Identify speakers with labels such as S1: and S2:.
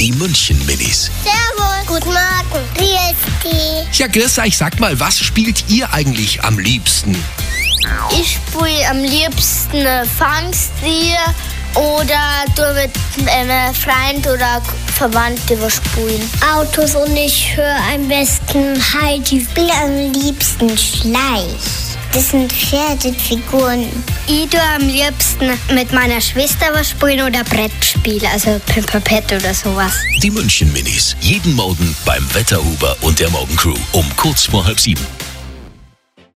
S1: Die München Minis.
S2: Servus. Guten Morgen. Grüß dich.
S1: Ja, grüß euch, sag mal, was spielt ihr eigentlich am liebsten?
S2: Ich spiele am liebsten äh, Fangstier oder du mit einem Freund oder Verwandte was spielen. Autos und ich höre am besten Heidi. Ich spiele am liebsten Schleich. Das sind Pferdefiguren. Ich tue am liebsten mit meiner Schwester was spielen oder Brettspiel, also Pimpapett oder sowas.
S1: Die München Minis. Jeden Morgen beim Wetterhuber und der Morgencrew um kurz vor halb sieben.